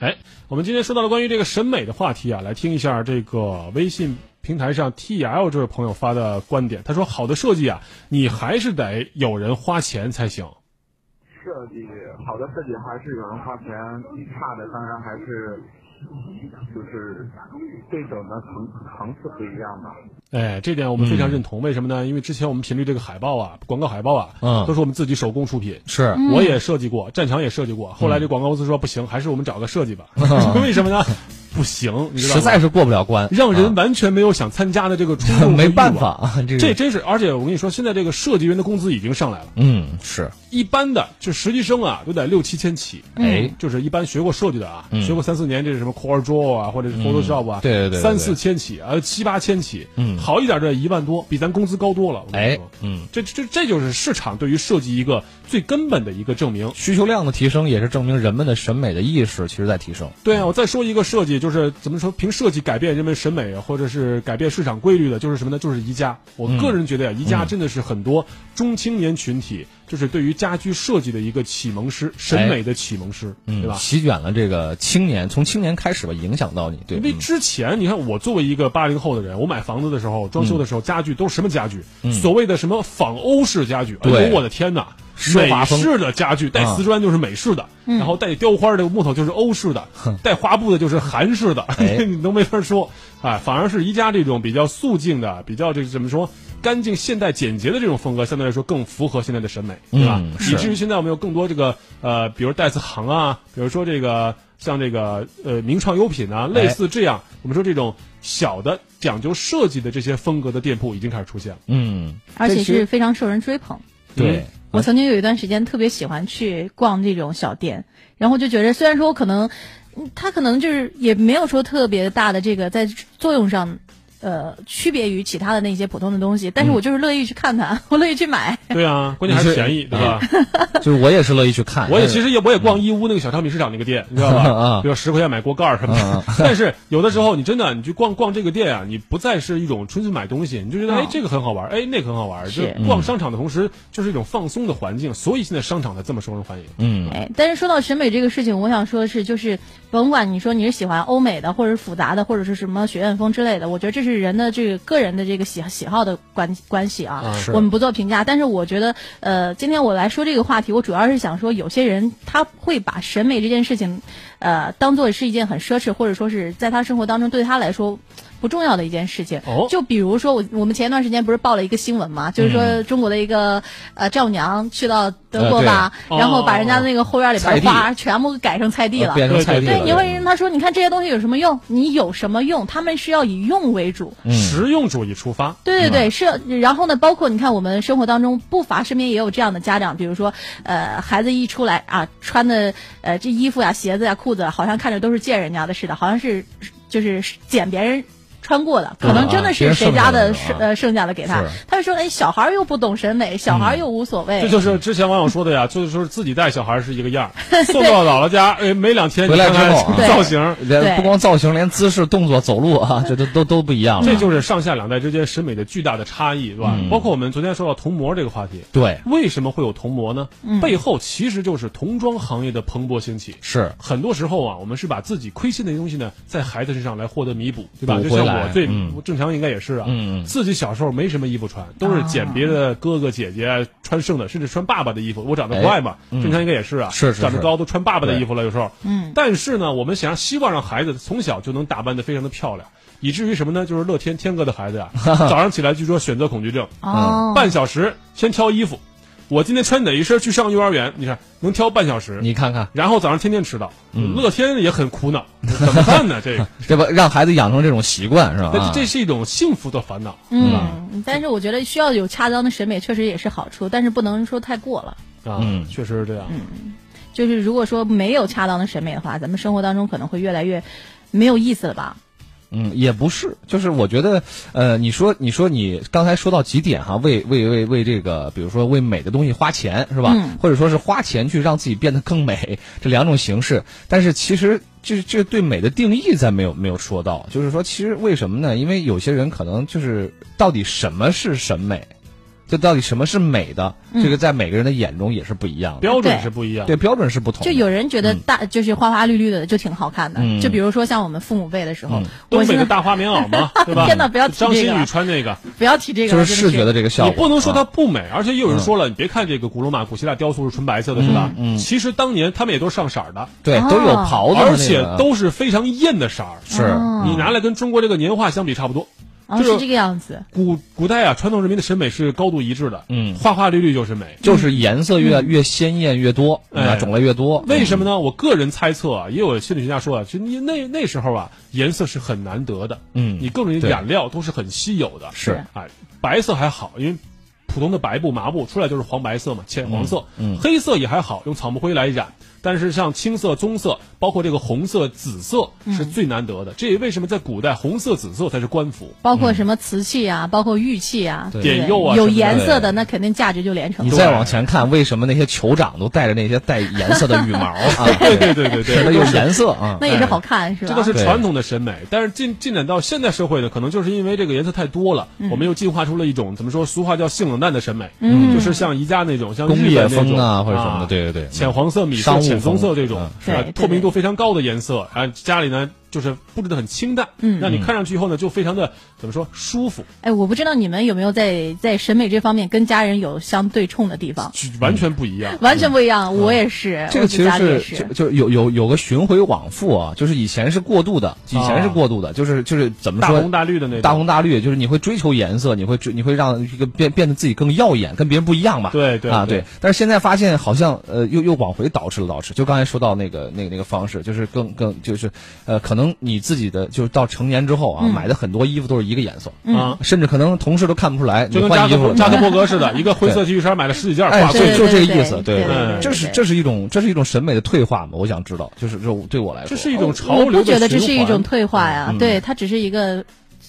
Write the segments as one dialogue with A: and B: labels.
A: 哎，我们今天说到了关于这个审美的话题啊，来听一下这个微信平台上 T L 这位朋友发的观点。他说：“好的设计啊，你还是得有人花钱才行。
B: 设计好的设计还是有人花钱，差的当然还是就是对等的层层次不一样吧。”
A: 哎，这点我们非常认同。为什么呢？因为之前我们频率这个海报啊，广告海报啊，
C: 嗯
A: 都是我们自己手工出品。
C: 是
A: 我也设计过，战场也设计过。后来这广告公司说不行，还是我们找个设计吧。 为什么呢？不行，你知道吗
C: 嗯实在是过不了关，
A: 让人完全没有想参加的这个冲
C: 啊
A: 动，
C: 没办法。啊，这
A: 这
C: 个
A: 真是，而且我跟你说，现在这个设计员的工资已经上来了，
C: 嗯是
A: 一般的就实习生啊，都得六七千起。
C: 哎嗯
A: 就是一般学过设计的啊，学过三四年这是什么 Core Draw 啊，或者是 Photoshop 啊，
C: 对对对对
A: 三四千起啊，七八千起，嗯，好一点的一万多，比咱工资高多了。我跟你
C: 哎
A: 说，
C: 嗯，
A: 这这这就是市场对于设计一个最根本的一个证明。
C: 需求量的提升也是证明人们的审美的意识其实在提升。
A: 对啊，我再说一个设计，就是怎么说，凭设计改变人们审美，或者是改变市场规律的，就是什么呢？就是宜家。我个人觉得呀，宜家真的是很多中青年群体，就是对于家居设计的一个启蒙师，审美的启蒙师，嗯对吧？
C: 席卷了这个青年，从青年开始吧，影响到你，对嗯
A: 因，为之前你看，我作为一个八零后的人，我买房子的时候，装修的时候，家具都是什么家具？所谓的什么仿欧式家具，哎
C: 嗯对
A: 呦我的天哪！
C: 奢
A: 美
C: 华风
A: 式的家具，带
C: 啊
A: 瓷砖就是美式的，然后带雕花的木头就是欧式的，带花布的就是韩式的，
C: 哎
A: 你都没法说啊。反而是宜家这种比较素净的、比较这个怎么说干净、现代、简洁的这种风格，相对来说更符合现在的审美，对吧？
C: 嗯
A: 以
C: 是
A: 至于现在我们有更多这个呃，比如戴字行啊，比如说这个像这个呃名创优品啊，类似这样，我们说这种小的讲究设计的这些风格的店铺已经开始出现了。
C: 嗯，
D: 而且
A: 这是
D: 是非常受人追捧。
C: 对，
D: 我曾经有一段时间特别喜欢去逛这种小店，然后就觉得虽然说我可能，嗯它可能就是也没有说特别大的这个在作用上，呃，区别于其他的那些普通的东西，但是我就是乐意去看它， 我乐意去买。
A: 对啊， 关键还是
C: 你是嗯
A: 便宜，对吧？
C: 就是我也是乐意去看，
A: 我也
C: 但是
A: 其实也我也逛义乌那个小商品市场那个店，你知道吧
C: 啊？
A: 比如十块钱买锅盖儿
C: 嗯
A: 什么的。但是有的时候你真的你去逛逛这个店啊，你不再是一种纯粹买东西，你就觉得
D: 嗯
A: 哎这个很好玩，哎那个很好玩。就是
C: 嗯
A: 逛商场的同时，就是一种放松的环境，所以现在商场才这么受人欢迎。
C: 嗯，
D: 哎，但是说到审美这个事情，我想说的是，就是甭管你说你是喜欢欧美的，或者是复杂的，或者是什么学院风之类的，我觉得这是人的这个个人的这个喜喜好的关关系啊。
A: 啊
C: 是
D: 我们不做评价，但是我觉得，呃，今天我来说这个话题，我主要是想说，有些人他会把审美这件事情，呃，当做是一件很奢侈，或者说是在他生活当中对他来说不重要的一件事情。
A: 哦
D: 就比如说我我们前一段时间不是报了一个新闻嘛，就是说
A: 嗯
D: 中国的一个呃丈母娘去到德国吧，
A: 啊对哦
D: 然后把人家那个后院里边
C: 菜
D: 的
C: 地
D: 花全部改成菜地了。
C: 呃变成菜地
A: 对
C: 了，
D: 对，你会跟他说，你看这些东西有什么用？你有什么用？他们是要以用为主。
C: 嗯
A: 实用主义出发，
D: 对对对，是。然后呢，包括你看，我们生活当中不乏身边也有这样的家长，比如说，呃，孩子一出来啊，穿的呃这衣服呀、鞋子呀、裤子啊，好像看着都是借人家的似的，好像是就是捡别人。穿过的，可能真的
C: 别
D: 是
C: 人
D: 谁
C: 剩下
D: 家
C: 的
D: 的
C: 那种啊
D: 呃剩下的给他
C: 是，嗯
D: 他就说哎，小孩儿又不懂审美，小孩儿又无所谓，
A: 这就是之前网友说的呀，就是说自己带小孩是一个样儿，送到姥姥家，哎，没两天
C: 回来
A: 你看看
C: 之后啊
D: 对
A: 造型。
C: 连
D: 对
C: 不光造型，连姿势、动作、走路啊，这都都都不一样了。
A: 这就是上下两代之间审美的巨大的差异，对吧？包括我们昨天说到童模这个话题，
C: 嗯对，
A: 为什么会有童模呢？背后其实就是童装行业的蓬勃兴起。
C: 是
A: 很多时候啊，我们是把自己亏欠的东西呢，在孩子身上来获得弥补，对吧？
C: 补
A: 就
C: 回
A: 像
C: 来
A: 我最、
C: 嗯
A: 我正常应该也是啊，
C: 嗯啊嗯
A: 自己小时候没什么衣服穿，都是捡别的哥哥姐姐穿剩的，甚至穿爸爸的衣服。我长得不
C: 哎
A: 矮嘛，正常应该也是啊，
C: 是是
A: 长得
C: 是
A: 高都穿爸爸的
C: 对
A: 衣服了，有时候。
D: 嗯
A: 但是呢，我们想让希望让孩子从小就能打扮得非常的漂亮，以至于什么呢？就是乐天天哥的孩 子啊，早上起来据说选择恐惧症，
C: 嗯
D: 哦，
A: 半小时先挑衣服，我今天穿哪一身去上幼儿园？你看能挑半小时，
C: 你看看，
A: 然后早上天天迟到，
C: 嗯
A: 乐天也很苦恼，怎么办呢？ 这个，
C: 这不让孩子养成这种习惯是吧？啊
A: 但这是一种幸福的烦恼。
D: 嗯，但是我觉得需要有恰当的审美，确实也是好处，但是不能说太过了。
A: 啊，
C: 嗯
A: 确实是这样。
D: 就是如果说没有恰当的审美的话，咱们生活当中可能会越来越没有意思了吧？
C: 嗯，也不是，就是我觉得，呃，你说，你说你刚才说到几点哈、为为为为这个，比如说为美的东西花钱是吧？
D: 嗯
C: 或者说是花钱去让自己变得更美，这两种形式。但是其实这这对美的定义咱没有没有说到，就是说其实为什么呢？因为有些人可能就是到底什么是审美，就到底什么是美的，
D: 嗯
C: 这个在每个人的眼中也是不一样的，
A: 标准
D: 对
A: 是不一样。
C: 对标准是不同的。
D: 就有人觉得大、就是花花绿绿的就挺好看的，
C: 嗯
D: 就比如说像我们父母辈的时候，
C: 嗯
D: 我
A: 东北
D: 现
A: 的
D: 在
A: 大花棉袄 嘛，对吧？
D: 天哪不要提
A: 张
D: 这
A: 馨
D: 个
A: 予穿那个，
D: 不要提这个
C: 就
D: 了，
C: 是视觉的这个效
A: 你
C: 果，
A: 不能说它
C: 啊
A: 不美，而且也有人说了，你别看这个古罗马、古希腊雕塑是纯白色的，是吧？
C: 嗯嗯
A: 其实当年他们也都上色儿的，
C: 对
D: 啊
C: 都有袍子，
A: 哦而且都是非常艳的色儿。
C: 是
D: 哦
A: 你拿来跟中国这个年画相比差不多。
D: 哦
A: 就是
D: 是这个样子，
A: 古古代啊，传统人民的审美是高度一致的，
C: 嗯
A: 花花绿绿就是美。
C: 就是颜色越越鲜艳越多，
A: 哎
C: 啊，种类越多。
A: 为什么呢？我个人猜测啊，也有心理学家说啊，就你那那时候啊，颜色是很难得的，
C: 嗯
A: 你各种
C: 对
A: 染料都是很稀有的，
C: 是
A: 哎，白色还好，因为普通的白布、麻布出来就是黄白色嘛，浅黄色，
C: 嗯嗯
A: 黑色也还好，用草木灰来染。但是像青色、棕色，包括这个红色、紫色是最难得的。这也为什么在古代红色、紫色才是官服。
D: 包括什么瓷器啊，包括玉器啊，
C: 对
D: 对不对
A: 点釉啊
D: 有
A: 什么的
D: 颜色的那肯定价值就连城
C: 你
D: 了。
C: 再往前看，为什么那些酋长都带着那些带颜色的羽毛啊？
A: 对 对对对对，
C: 那有颜色啊
D: 那，也是好看，是吧？
A: 这都是
C: 对
A: 传统的审美，但是进进展到现代社会呢，可能就是因为这个颜色太多了，我们又进化出了一种怎么说，俗话叫性冷淡的审美，
D: 嗯
A: 就是像宜家那种，像
C: 工
A: 日
C: 业
A: 本那
C: 风
A: 种
C: 啊或者什么的，对对对，
A: 浅黄色、米色、
C: 商务
A: 浅棕色
C: 风
A: 这种，
D: 嗯
A: 啊
D: 对对
A: 透明度非常高的颜色，啊，家里呢就是布置的很清淡，
D: 嗯
A: 让你看上去以后呢就非常的怎么说舒服，
D: 哎，我不知道你们有没有在在审美这方面跟家人有相对冲的地方，
A: 就
C: 嗯
A: 完全不一样。
D: 完全不一样。我也是，
C: 这
D: 我
C: 个
D: 在
C: 其实
D: 家里也
C: 是就就是有有有个巡回往复啊，就是以前是过度的，以前是过度的，就是就是怎么
A: 哦大
C: 说
A: 红大绿的那种，
C: 大红大绿，就是你会追求颜色，你会追你会让这个变变得自己更耀眼，跟别人不一样吧？
A: 对对
C: 啊
A: 对
C: 对。但是现在发现好像呃又又往回倒饬了倒饬，就刚才说到那个那个那个方式，就是更更就是呃可能你自己的就是到成年之后啊，
D: 嗯
C: 买的很多衣服都是一个颜色，
A: 啊，
C: 甚至可能同事都看不出来，你
A: 就跟扎
C: 换衣服
A: 克
C: 了。
A: 扎克伯格似的，一个灰色 T 恤衫买了十几件，
C: 哎，
A: 挂
D: 对
A: 柜
C: 对，就这
D: 对
C: 个意思，
D: 对对
A: 对对
C: 这是这是一种这是一种审美的退化嘛？我想知道，就是这对我来说，哦
A: 这是一种潮
D: 我
A: 流的
D: 不觉得这是
A: 循
D: 一
A: 环
D: 种退化呀，
C: 嗯
D: 对，它只是一个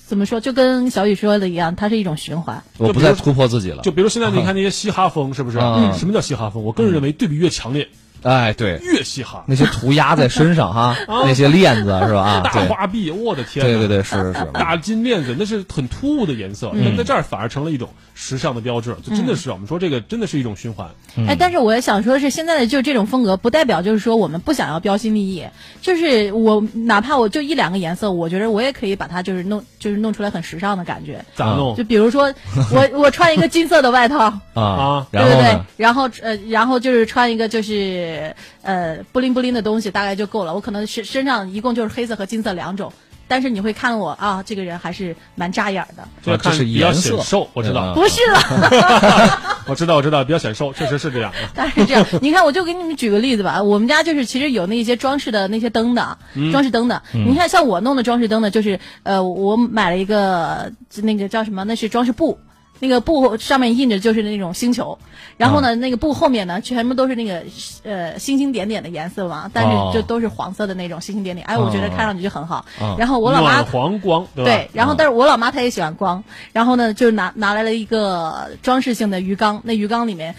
D: 怎么说，就跟小雨说的一样，它是一种循环。
C: 我不再突破自己了
A: 就。比如现在你看那些嘻哈风，是不是？
C: 嗯
A: 什么叫嘻哈风？我个人认为对比越强烈
C: 哎，对，
A: 越嘻哈，
C: 那些涂鸦在身 上哈，那些链子是吧？啊，
A: 哦大
C: 对，
A: 花臂，我的天！
C: 对对。对，嗯是是是。
A: 大金链子那是很突兀的颜色，那在这儿反而成了一种时尚的标志，就
D: 嗯
A: 真的是我们说这个真的是一种循环。
C: 嗯
D: 哎，但是我也想说，是现在的就这种风格，不代表就是说我们不想要标新立异。就是我哪怕我就一两个颜色，我觉得我也可以把它就是弄就是弄出来很时尚的感觉。
A: 咋弄
C: 哦嗯
D: 就比如说我我穿一个金色的外套，
C: 啊
A: 啊，
C: 然后
D: 对对对
C: 呢？，
D: 然后呃，然后就是穿一个就是呃布灵布灵的东西，大概就够了。我可能身身上一共就是黑色和金色两种，但是你会看我啊，这个人还是蛮扎眼儿的。
A: 就要看
C: 啊这是
A: 比较
C: 颜色
A: 显瘦，我知
C: 对吧
A: 道，
D: 不是了，
A: 我知道，我知道，比较显瘦，确实是这样。
D: 当然是 这样。你看，我就给你们举个例子吧。我们家就是其实有那些装饰的那些灯的，
C: 嗯
D: 装饰灯的。你看，像我弄的装饰灯的，就是呃，我买了一个就那个叫什么？那是装饰布。那个布上面印着就是那种星球，然后呢，
C: 嗯
D: 那个布后面呢全部都是那个呃星星点点的颜色嘛，但是
C: 哦
D: 就都是黄色的那种星星点点，哎，我觉得
C: 哦
D: 看上去就很好。
C: 嗯
D: 然后我老妈
A: 暖黄光，对吧？
D: 对，然后但是我老妈她也喜欢光，然后呢就拿拿来了一个装饰性的鱼缸，那鱼缸里面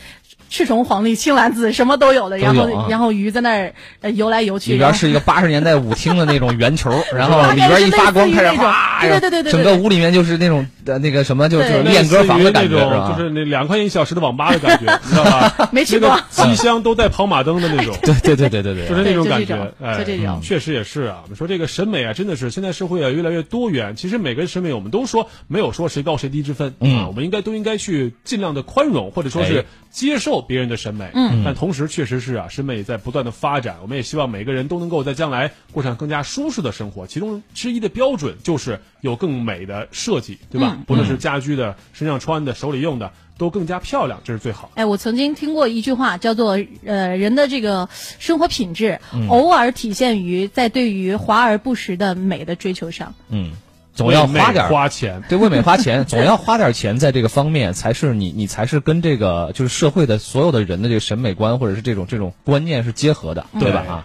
D: 赤虫、黄鹂、青蓝紫什么都有了，然后
C: 都有啊
D: 然后鱼在那儿呃游来游去，
C: 里边
D: 然后
C: 是一个八十年代舞厅的那种圆球，然后
A: 啊
D: 大概
C: 里边
D: 是
C: 一发光，
D: 类似于
C: 开始
D: 那种
C: 哗，
D: 对对对对对
C: 整
D: 对
C: 个屋里面就是那种呃那个什么，就就是
D: 对
C: 练歌房的感
A: 类似于
C: 觉，是
A: 那种
C: 吧？
A: 就是那两块钱一小时的网吧的感觉，你知道吧？
D: 没去
A: 那
D: 过
A: 个机箱都带跑马灯的那 种。
C: 对对对对对对
A: 就是那种
D: 对就
A: 感
D: 这
A: 觉
D: 种，
A: 哎，
D: 就这种
A: 确实也是啊。我们说这个审美啊，真的是现在社会啊越来越多元。其实每个人审美，我们都说没有说谁高谁低之分、
C: 嗯
A: 啊，我们应该都应该去尽量的宽容，或者说
C: 哎
A: 是接受别人的审美。
D: 嗯，
A: 但同时确实是啊，审美也在不断的发展。我们也希望每个人都能够在将来过上更加舒适的生活。其中之一的标准就是有更美的设计，对吧？
D: 嗯
A: 不论是家居的、身上穿的、手里用的，都更加漂亮，这是最好的。
D: 哎，我曾经听过一句话，叫做“呃，人的这个生活品质、偶尔体现于在对于华而不实的美的追求上
C: 嗯，总要花点
A: 为美
C: 儿
A: 花钱。
C: 对，为美花钱，总要花点钱在这个方面，才是你你才是跟这个就是社会的所有的人的这个审美观或者是这种这种观念是结合的，对吧？
A: 对
C: 啊，